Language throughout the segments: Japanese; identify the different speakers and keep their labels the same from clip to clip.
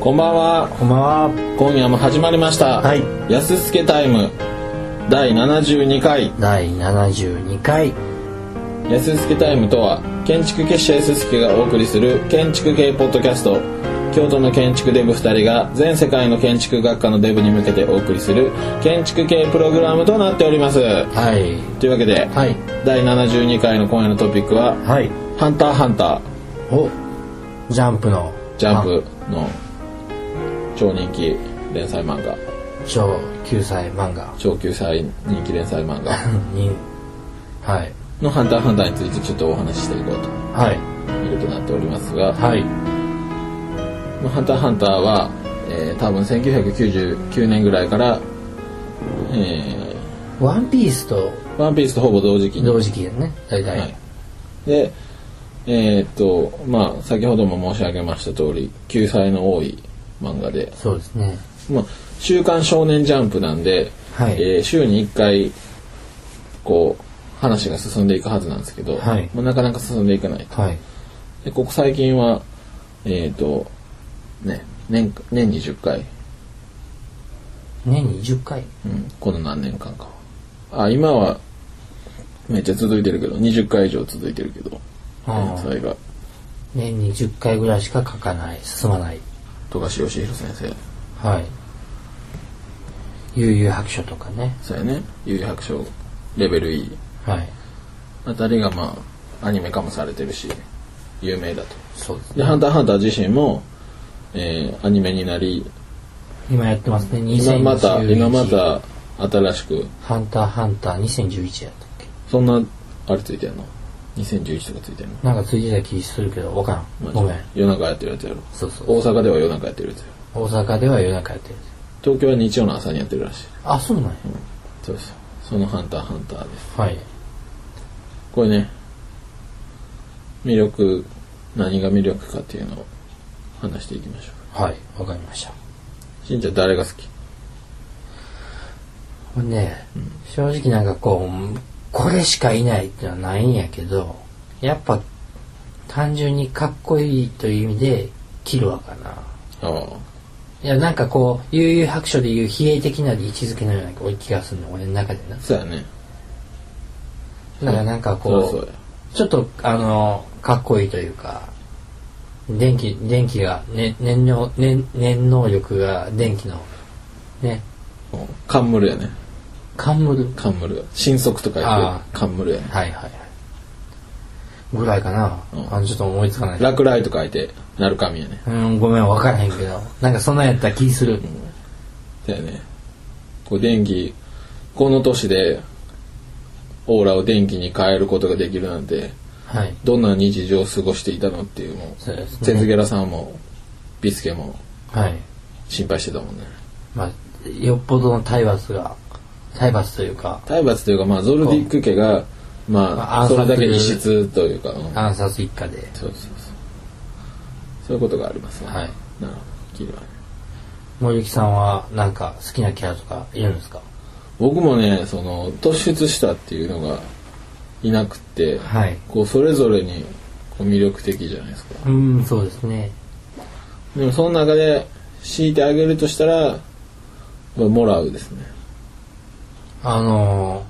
Speaker 1: こんばんは
Speaker 2: こんばんは。
Speaker 1: 今夜も始まりました、
Speaker 2: はい
Speaker 1: やすすけタイム第72回
Speaker 2: 第72回。
Speaker 1: やすすけタイムとは建築結社やすすけがお送りする建築系ポッドキャスト京都の建築デブ2人が全世界の建築学科のデブに向けてお送りする建築系プログラムとなっております
Speaker 2: はい。
Speaker 1: というわけで、
Speaker 2: はい。
Speaker 1: 第72回の今夜のトピックは
Speaker 2: はい。
Speaker 1: 「ハンターハンター
Speaker 2: お、ジャンプの。
Speaker 1: ジャンプ」の超人気連載漫画
Speaker 2: あ。超救済漫画。
Speaker 1: 超級最人気連載漫画
Speaker 2: に。はい。
Speaker 1: のハンターハンターについてちょっとお話ししていこう
Speaker 2: はい。
Speaker 1: ということになっておりますが、
Speaker 2: はい。
Speaker 1: まあハンターハンターは、えー多分1999年ぐらいから、え
Speaker 2: ワンピースと
Speaker 1: ーワンピースとほぼ同時期に、
Speaker 2: 同時期だね。大体。
Speaker 1: はいで、えーっと、まあ、先ほども申し上げました通り、救済の多い漫画で、
Speaker 2: そうですね。
Speaker 1: まあ、週刊少年ジャンプなんで、
Speaker 2: はい
Speaker 1: えー週に1回、こう、話が進んでいくはずなんですけど、
Speaker 2: はい
Speaker 1: まあなかなか進んでいかないと。
Speaker 2: はい。
Speaker 1: でここ最近はえっ、とね年年に10回、
Speaker 2: 年に10回。
Speaker 1: うん、この何年間かはあ今はめっちゃ続いてるけど20回以上続いてるけど
Speaker 2: ああ
Speaker 1: それが
Speaker 2: 年に10回ぐらいしか書かない。進まない。
Speaker 1: 富樫義弘先生
Speaker 2: はい。悠々白書とかね。
Speaker 1: そうやね有白書レベル E
Speaker 2: はい。
Speaker 1: あたりがまあアニメ化もされてるし有名だと
Speaker 2: そうです
Speaker 1: で「
Speaker 2: ね。
Speaker 1: ハンターハンター」自身も、えーアニメになり
Speaker 2: 今やってますね。
Speaker 1: 今
Speaker 2: 2021。
Speaker 1: また今ま。た新しく
Speaker 2: ハンターハンター2011やったっけ
Speaker 1: そんなあれついてんの2011とかついてんの
Speaker 2: なんかついてた気するけど、わからん。ごめん。
Speaker 1: 夜中やってるやつやろ
Speaker 2: そうそう。
Speaker 1: 大阪では夜中やってるやつやろ
Speaker 2: 大阪では夜中やってる。
Speaker 1: 東京は日曜の朝にやってるらしい
Speaker 2: あ、そうなんや。
Speaker 1: そうそうその「ハンターハンター」です
Speaker 2: はい。
Speaker 1: これね魅力何が魅力かっていうのを話していきましょ
Speaker 2: はい。わかりました。
Speaker 1: うしんちゃん誰が好き
Speaker 2: これね、正直なんかこう、これしかいないってのはないんやけど、やっぱ、単純にかっこいいという意味で、キルアかな。
Speaker 1: ああ
Speaker 2: いや、なんかこう、悠々白書でいう非営的な位置づけのような気がするの、俺の中でな。
Speaker 1: そうやね
Speaker 2: だからなんかこ
Speaker 1: そうそうや
Speaker 2: ちょっと、あの、かっこいいというか、電気、電気が、ね、燃料、ね、燃能力が電気の、ね、
Speaker 1: うん冠やね
Speaker 2: 冠。
Speaker 1: 冠新速とか言
Speaker 2: あ
Speaker 1: って冠やね
Speaker 2: はいはいはい。ぐらいかな。
Speaker 1: うん
Speaker 2: あの、ちょっと思いつかない。
Speaker 1: 落雷と書いて鳴る神やね
Speaker 2: うん、ごめん、わからへんけど。なんかそんなんやった気する。
Speaker 1: そうやねこう電気この年でオーラを電気に変えることができるなんて
Speaker 2: はい。
Speaker 1: どんな日常を過ごしていたのっていうもう
Speaker 2: そうです
Speaker 1: ゼ
Speaker 2: ね。
Speaker 1: ツゲラさんもビスケも
Speaker 2: はい。
Speaker 1: 心配してたもんね
Speaker 2: まあ、よっぽどの体罰が、体罰というか、
Speaker 1: 体罰というか、まあ、ゾルディック家がま
Speaker 2: あ
Speaker 1: あ
Speaker 2: 暗
Speaker 1: そ
Speaker 2: 殺
Speaker 1: れだけ異質というか、うん
Speaker 2: 暗殺一家で。
Speaker 1: そうそうそうそういうことがありますね
Speaker 2: はい。
Speaker 1: なるほどキルはね
Speaker 2: 森木さんは、なんか好きなキャラとかいるんですか
Speaker 1: 僕もねその突出したっていうのがいなくて
Speaker 2: はい。
Speaker 1: こうそれぞれにこう魅力的じゃないですか
Speaker 2: うん、そうですね。
Speaker 1: でもその中で強いてあげるとしたらまあモラウですね
Speaker 2: あの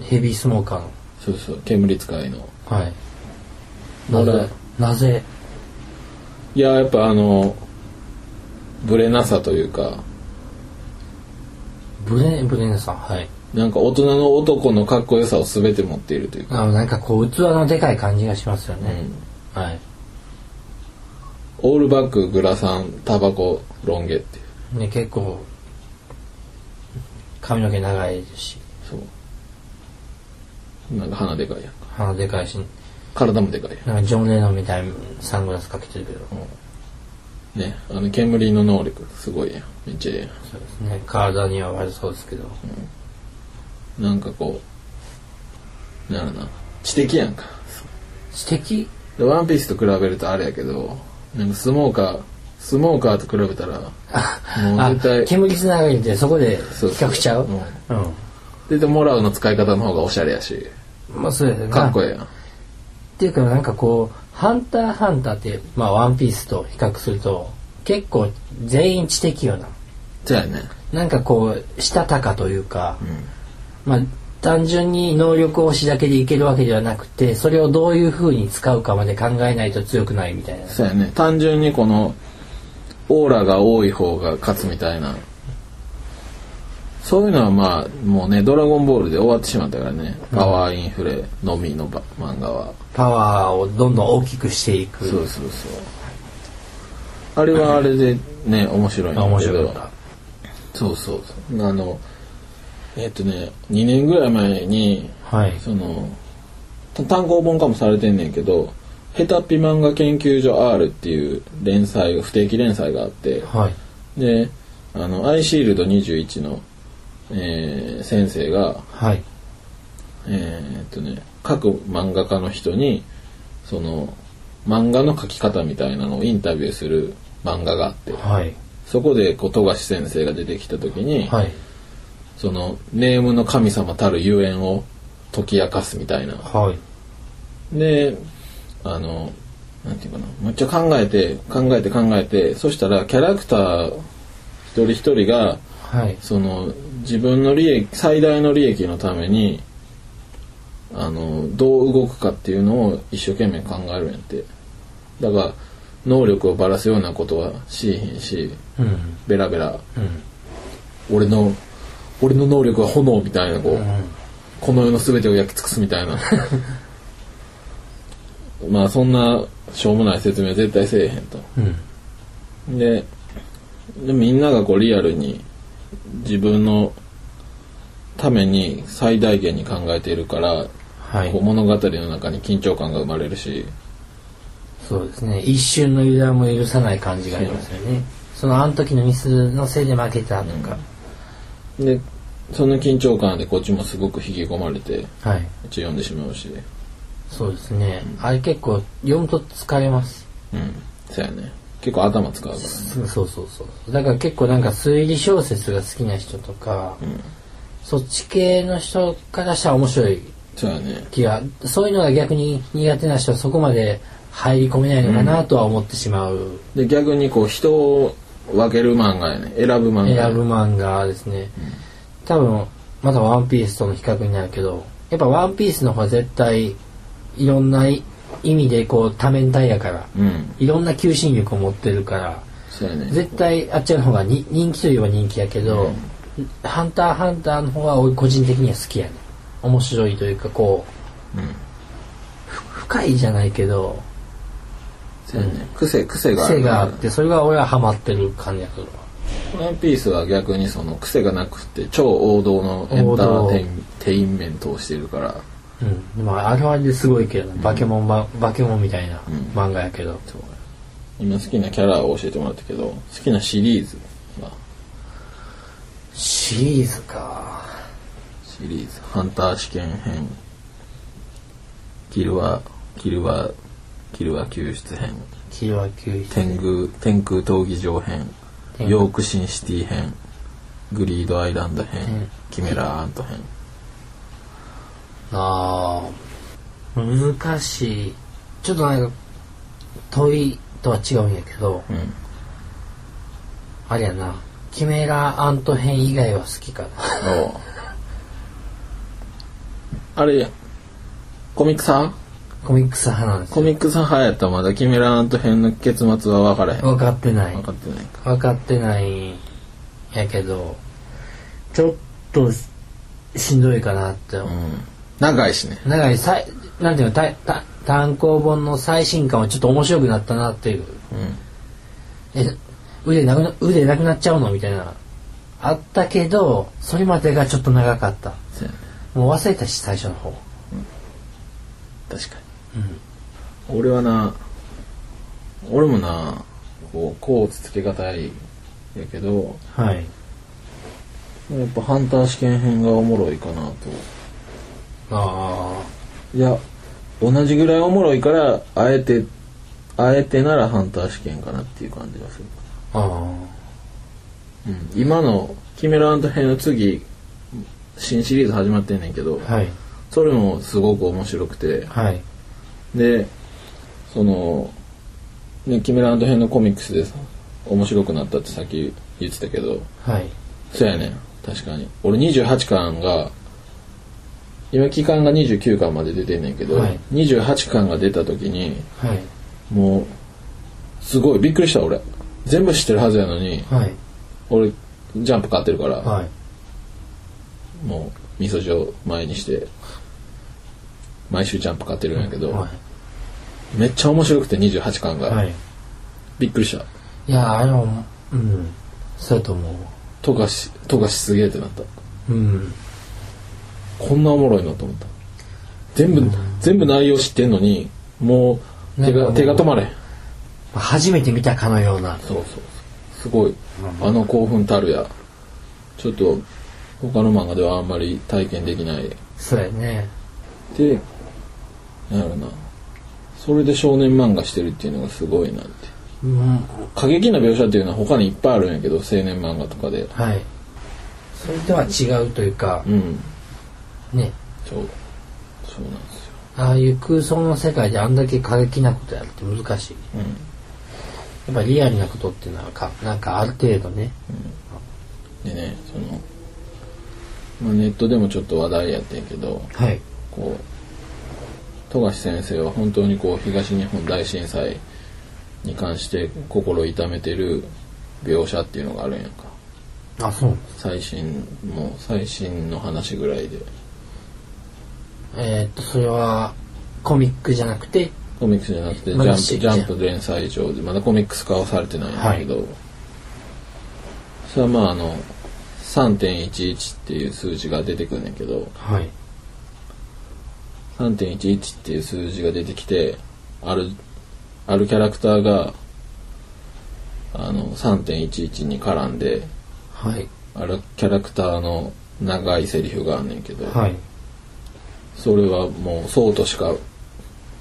Speaker 2: ー、ヘビースモーカーの。
Speaker 1: そうそう煙使いの
Speaker 2: はい。な
Speaker 1: モラ
Speaker 2: ぜ
Speaker 1: ウ
Speaker 2: なぜ
Speaker 1: いややっぱあのブレなさというか
Speaker 2: ブレ、ブレネさん。はい。
Speaker 1: なんか大人の男のかっこよさを全て持っているというか、
Speaker 2: あの、なんかこう、器のでかい感じがしますよね。はい。
Speaker 1: オールバックグラサンタバコロン毛っていう
Speaker 2: ね、結構、髪の毛長いですし、
Speaker 1: そうなんか鼻でかいやんか
Speaker 2: 鼻でかいし、
Speaker 1: 体もでかいや
Speaker 2: なんかジョン・レノンみたいにサングラスかけてるけど、
Speaker 1: んねあの煙の能力すごいやんめっちゃええやん
Speaker 2: そうですね。体には悪そうですけど、
Speaker 1: なんかこうなるな知的やんか
Speaker 2: 知的
Speaker 1: でワンピースと比べるとあれやけどなんかスモーカースモーカーと比べたらもう
Speaker 2: あ
Speaker 1: 絶対、
Speaker 2: 煙つながりでそこで比較しちゃう
Speaker 1: そう
Speaker 2: うん。
Speaker 1: 絶対モラウの使い方の方がおしゃれやし
Speaker 2: まあ、そうですね。
Speaker 1: かっこええやん
Speaker 2: っていうかなんかこう「ハンターハンター」って、まあ、ワンピースと比較すると結構全員知的よな
Speaker 1: そうやね
Speaker 2: なんかこうしたたかというか、
Speaker 1: ん
Speaker 2: まあ単純に能力推しだけでいけるわけではなくてそれをどういうふうに使うかまで考えないと強くないみたいな
Speaker 1: そうやね単純にこのオーラが多い方が勝つみたいなそういうのはまあもうね「ドラゴンボール」で終わってしまったからね、パワーインフレのみのば漫画は
Speaker 2: パワーをどんどん大きくしてい
Speaker 1: そう
Speaker 2: く
Speaker 1: そうそうあれはあれでね面白いんだけど
Speaker 2: 面白かった
Speaker 1: そうそうそうあのえっとね2年ぐらい前に
Speaker 2: はい
Speaker 1: そのた単行本化もされてんねんけど「ヘタピ漫画研究所 R」っていう連載不定期連載があって
Speaker 2: はい
Speaker 1: であのアイシールド21の、えー先生が
Speaker 2: はい
Speaker 1: えーっとね各漫画家の人にその漫画の描き方みたいなのをインタビューする漫画があって
Speaker 2: はい
Speaker 1: そこでこう富樫先生が出てきた時に、
Speaker 2: はい
Speaker 1: そのネームの神様たるゆえんを解き明かすみたいな
Speaker 2: はい
Speaker 1: であのなんていうかなめっちゃ考えて考えて考えてそしたらキャラクター一人一人が
Speaker 2: はい
Speaker 1: その自分の利益最大の利益のためにあのどう動くかっていうのを一生懸命考えるんやってだから能力をばらすようなことはしいひんし
Speaker 2: うん
Speaker 1: ベラベラ
Speaker 2: うん
Speaker 1: 俺の俺の能力は炎みたいなこう、
Speaker 2: うん
Speaker 1: この世の全てを焼き尽くすみたいなまあそんなしょうもない説明絶対せえへんと
Speaker 2: うん
Speaker 1: ででみんながこうリアルに自分のために最大限に考えているから、
Speaker 2: は
Speaker 1: こう
Speaker 2: い
Speaker 1: 物語の中に緊張感が生まれるし
Speaker 2: そうですね一瞬の油断も許さない感じがありますよねそのあの時のミスのせいで負けたとか、
Speaker 1: でその緊張感でこっちもすごく引き込まれて
Speaker 2: はい
Speaker 1: 一応読んでしまうし
Speaker 2: そうですねあれ結構読むと疲れます
Speaker 1: うんそうやね結構頭使うからね
Speaker 2: そうそうそうそうだから結構なんか推理小説が好きな人とか、そっち系の人からしたら面白い
Speaker 1: そうやね
Speaker 2: 気がそういうのが逆に苦手な人はそこまで入り込めないのかなとは思ってしまう、
Speaker 1: で逆にこう人を分ける漫画やね選ぶ漫画や
Speaker 2: 選ぶ漫画ですね、多分またワンピースとの比較になるけどやっぱワンピースの方は絶対いろんな意味でこう多面体やから
Speaker 1: うん
Speaker 2: いろんな求心力を持ってるから
Speaker 1: そうやね
Speaker 2: 絶対あっちの方がに人気といえば人気やけど、ハンターハンターの方は俺個人的には好きやね面白いというかこ
Speaker 1: うん
Speaker 2: う深いじゃないけど
Speaker 1: そうやね癖癖があ
Speaker 2: 癖
Speaker 1: るか
Speaker 2: が
Speaker 1: ら
Speaker 2: あってそれが俺はハマってる感じやけど
Speaker 1: ワンピースは逆にその癖がなくて超王道のエンターテインテインメントをしてるから
Speaker 2: うんでもあれはあれですごいけどな、バケモンばバケモンみたいな
Speaker 1: うん
Speaker 2: 漫画やけど、
Speaker 1: 今好きなキャラを教えてもらったけど好きなシリーズは
Speaker 2: シリーズか
Speaker 1: シリーズ「ハンター試験編」キルワ「キルワキルワ救出編」
Speaker 2: キルは救
Speaker 1: 「
Speaker 2: 出
Speaker 1: 天空天空闘技場編」「
Speaker 2: 天空
Speaker 1: ヨークシンシティ編」「グリードアイランド編」
Speaker 2: うん
Speaker 1: キメラアント編」
Speaker 2: あー難しいちょっとなんか問いとは違うんやけど
Speaker 1: うん、
Speaker 2: あれやなキメラアント編以外は好きかな
Speaker 1: あれコミックさん
Speaker 2: コミックス派なんですよ
Speaker 1: コミックさん流行ったらまだキメラアント編の結末は分からへん
Speaker 2: 分かってない
Speaker 1: 分かってないか
Speaker 2: 分かってないんやけどちょっとししんどいかなって
Speaker 1: う
Speaker 2: 思うん
Speaker 1: 長いしね
Speaker 2: なんかさいなんていうのたた単行本の最新刊はちょっと面白くなったなっていう
Speaker 1: うん
Speaker 2: え腕なくな腕なくなっちゃうのみたいなあったけどそれまでがちょっと長かった
Speaker 1: そうやね
Speaker 2: もう忘れたし最初の方
Speaker 1: 確かに、俺はな俺もなこうこうつけがたいやけど
Speaker 2: はい
Speaker 1: やっぱハンター試験編がおもろいかなと
Speaker 2: あ
Speaker 1: いや同じぐらいおもろいからあえてあえてならハンター試験かなっていう感じがする
Speaker 2: ああ
Speaker 1: うん、今のキメラアント編の次新シリーズ始まってんねんけど、
Speaker 2: あはい
Speaker 1: それもすごく面白くて
Speaker 2: はい
Speaker 1: でその、ね、キメラアント編のコミックスでさ面白くなったってさっき言ってたけど
Speaker 2: はい
Speaker 1: そうやねん確かに俺28巻が今期間が29巻まで出てんねんけど、
Speaker 2: はい
Speaker 1: 28巻が出た時に
Speaker 2: はい
Speaker 1: もうすごいびっくりした俺全部知ってるはずやのに
Speaker 2: はい
Speaker 1: 俺ジャンプ買ってるから、
Speaker 2: はい
Speaker 1: もう味噌汁を前にして毎週ジャンプ買ってるんやけど、
Speaker 2: は
Speaker 1: めっちゃ面白くて28巻
Speaker 2: い
Speaker 1: が、
Speaker 2: はい
Speaker 1: びっくりした
Speaker 2: いやあれもうんそうやと思
Speaker 1: 富樫富樫すげえってなった
Speaker 2: ううん
Speaker 1: こんなおもろいのと思った全部、全部内容知ってんのにもう手
Speaker 2: なんかも
Speaker 1: が
Speaker 2: う
Speaker 1: 手が止まれん
Speaker 2: 初めて見たかのような
Speaker 1: そうそうすごいあの興奮たるやちょっと他の漫画ではあんまり体験できない
Speaker 2: そうやね
Speaker 1: でなんやろなそれで少年漫画してるっていうのがすごいなって
Speaker 2: うん
Speaker 1: 過激な描写っていうのは他にいっぱいあるんやけど青年漫画とかで
Speaker 2: はいそれとは違うというか
Speaker 1: うん
Speaker 2: ね
Speaker 1: そうそうなんですよ
Speaker 2: ああいう空想の世界であんだけ過激なことやるって難しい
Speaker 1: うん
Speaker 2: やっぱリアルなことっていうのはかなんかある程度ね
Speaker 1: でねその、まあ、ネットでもちょっと話題やってんけど
Speaker 2: はい
Speaker 1: こう富樫先生は本当にこう東日本大震災に関して心を痛めてる描写っていうのがあるんやんか
Speaker 2: あそうなんです
Speaker 1: 最新もう最新の話ぐらいで
Speaker 2: えーっとそれはコミックじゃなくて
Speaker 1: コミックスじゃなくてジャン
Speaker 2: ま
Speaker 1: プ、
Speaker 2: だ
Speaker 1: ジ
Speaker 2: し
Speaker 1: ャンプ連載上でまだコミックス化はされてないんだけど、それはまああの3.11っていう数字が出てくるんやけど、
Speaker 2: はい
Speaker 1: 3.11っていう数字が出てきてあるあるキャラクターがあの3.11に絡んで
Speaker 2: はい
Speaker 1: あるキャラクターの長いセリフがあんねんけど、
Speaker 2: はい
Speaker 1: それはもうそうとしか、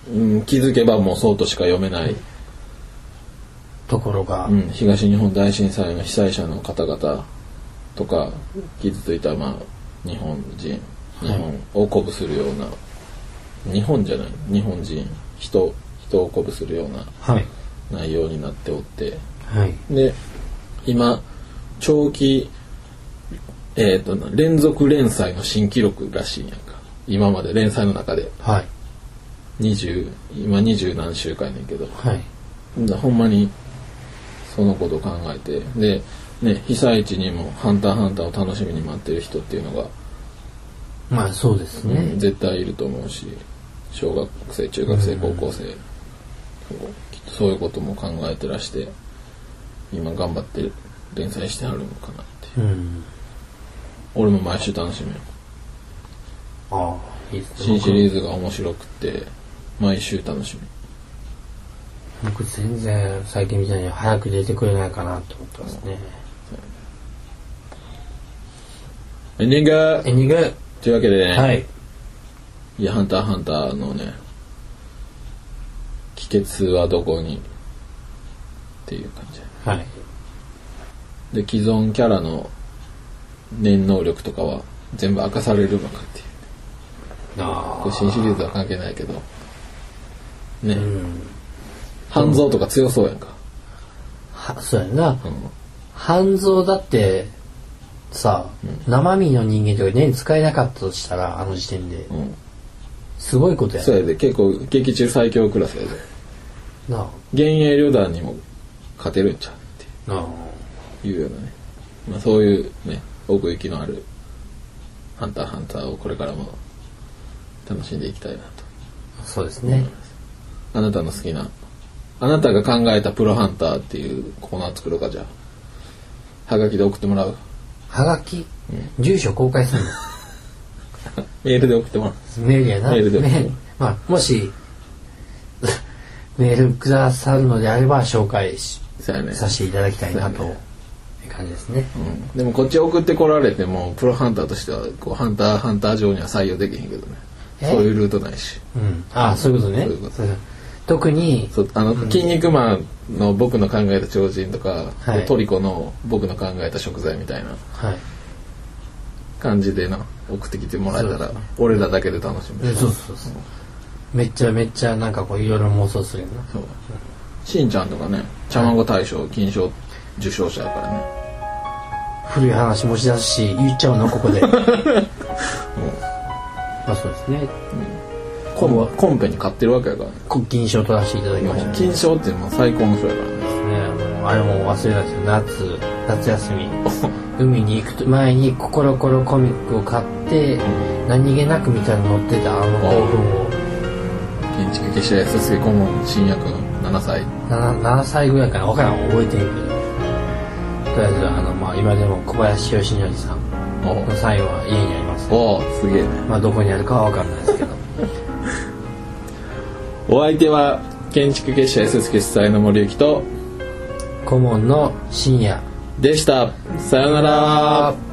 Speaker 1: うん、気づけばもうそうとしか読めない、
Speaker 2: ところが、
Speaker 1: うん、東日本大震災の被災者の方々とか傷ついたまあ日本人日本を鼓舞するような、日本じゃない日本人人人を鼓舞するような
Speaker 2: はい
Speaker 1: 内容になっておって
Speaker 2: はい
Speaker 1: で今長期えっ、と連続連載の新記録らしいんやんか今まで連載の中で
Speaker 2: はい
Speaker 1: 20今20何週間やねんけど
Speaker 2: はい
Speaker 1: だほんまにそのことを考えてで、ね、被災地にも「ハンターハンター」を楽しみに待ってる人っていうのが、
Speaker 2: まあそうですね、
Speaker 1: うん絶対いると思うし小学生中学生
Speaker 2: うん
Speaker 1: 高校生、そうきっとそういうことも考えてらして今頑張って連載してはるのかなっていう
Speaker 2: うん
Speaker 1: 俺も毎週楽しみよ
Speaker 2: ああいいですね
Speaker 1: 新シリーズが面白くて毎週楽しみ
Speaker 2: 僕僕全然最近みたいに早く出てくれないかなと思ってますね
Speaker 1: エンディング
Speaker 2: エンディング
Speaker 1: というわけでね、
Speaker 2: はい
Speaker 1: いや、ハンターハンターのね、帰結はどこにっていう感じだね
Speaker 2: はい
Speaker 1: で、既存キャラの念能力とかは全部明かされるのかっていう。
Speaker 2: あ
Speaker 1: これ新シリーズは関係ないけど。ね
Speaker 2: あう、ん
Speaker 1: 半蔵とか強そうやんか。
Speaker 2: はそうやな
Speaker 1: うん
Speaker 2: 半蔵だってさ、生身の人間とか年使えなかったとしたらあの時点で
Speaker 1: うん。
Speaker 2: すごいことや
Speaker 1: そうやで、結構劇中最強クラスやで。
Speaker 2: なあ
Speaker 1: 幻影旅団にも勝てるんちゃうっていう。
Speaker 2: なあ
Speaker 1: いうようなね、まあ、そういうね奥行きのある「ハンターハンター」をこれからも楽しんでいきたいなと
Speaker 2: そうですね
Speaker 1: あなたの好きなあなたが考えたプロハンターっていうコーナー作ろうかじゃあはがきで送ってもらう
Speaker 2: はがき、住所公開す る
Speaker 1: メールで送ってもらう
Speaker 2: のメールやな
Speaker 1: メールで
Speaker 2: まあもし メールくださるのであれば紹介し
Speaker 1: そうやね
Speaker 2: させていただきたいなと
Speaker 1: そう
Speaker 2: い
Speaker 1: や
Speaker 2: う感じですね
Speaker 1: うん、でもこっち送ってこられてもプロハンターとしてはこうハンターハンター上には採用できへんけどね
Speaker 2: え
Speaker 1: そういうルートないし
Speaker 2: うんああそういうことね
Speaker 1: そういうこと
Speaker 2: そうそう特に
Speaker 1: そうあの、筋肉マンの僕の考えた超人とか、
Speaker 2: はい
Speaker 1: トリコの僕の考えた食材みたいな
Speaker 2: はい
Speaker 1: 感じでな送ってきてもらえた
Speaker 2: そう
Speaker 1: ら、
Speaker 2: ですね
Speaker 1: 俺らだけで楽しむ、
Speaker 2: えそうそうそうめっちゃめっちゃなんかこういろいろ妄想するよな
Speaker 1: そうしんちゃんとかね茶碗ご大将金賞受賞者やからね
Speaker 2: 古い話持ち出すし言っちゃうのここでまあそうですね
Speaker 1: コンコンペに勝ってるわけやからね
Speaker 2: 国金賞取らせていただきましたね
Speaker 1: 金賞っていうのは最高の賞やからね
Speaker 2: もうあれも忘れないですよ夏夏休み海に行くと前にココロコロコミックを買って何気なくみたいに載ってたあの興奮を
Speaker 1: 建築結社安助顧問新薬7歳
Speaker 2: 7, 7歳ぐらいかな分からん覚えてんけどとりあえずあの、まあ、今でも小林義則さんのサインは家にあります、
Speaker 1: おおすげえね
Speaker 2: まあどこにあるかは分かんないですけど
Speaker 1: お相手は建築結社安助主催の森幸と
Speaker 2: 顧問の深夜
Speaker 1: でしたさようなら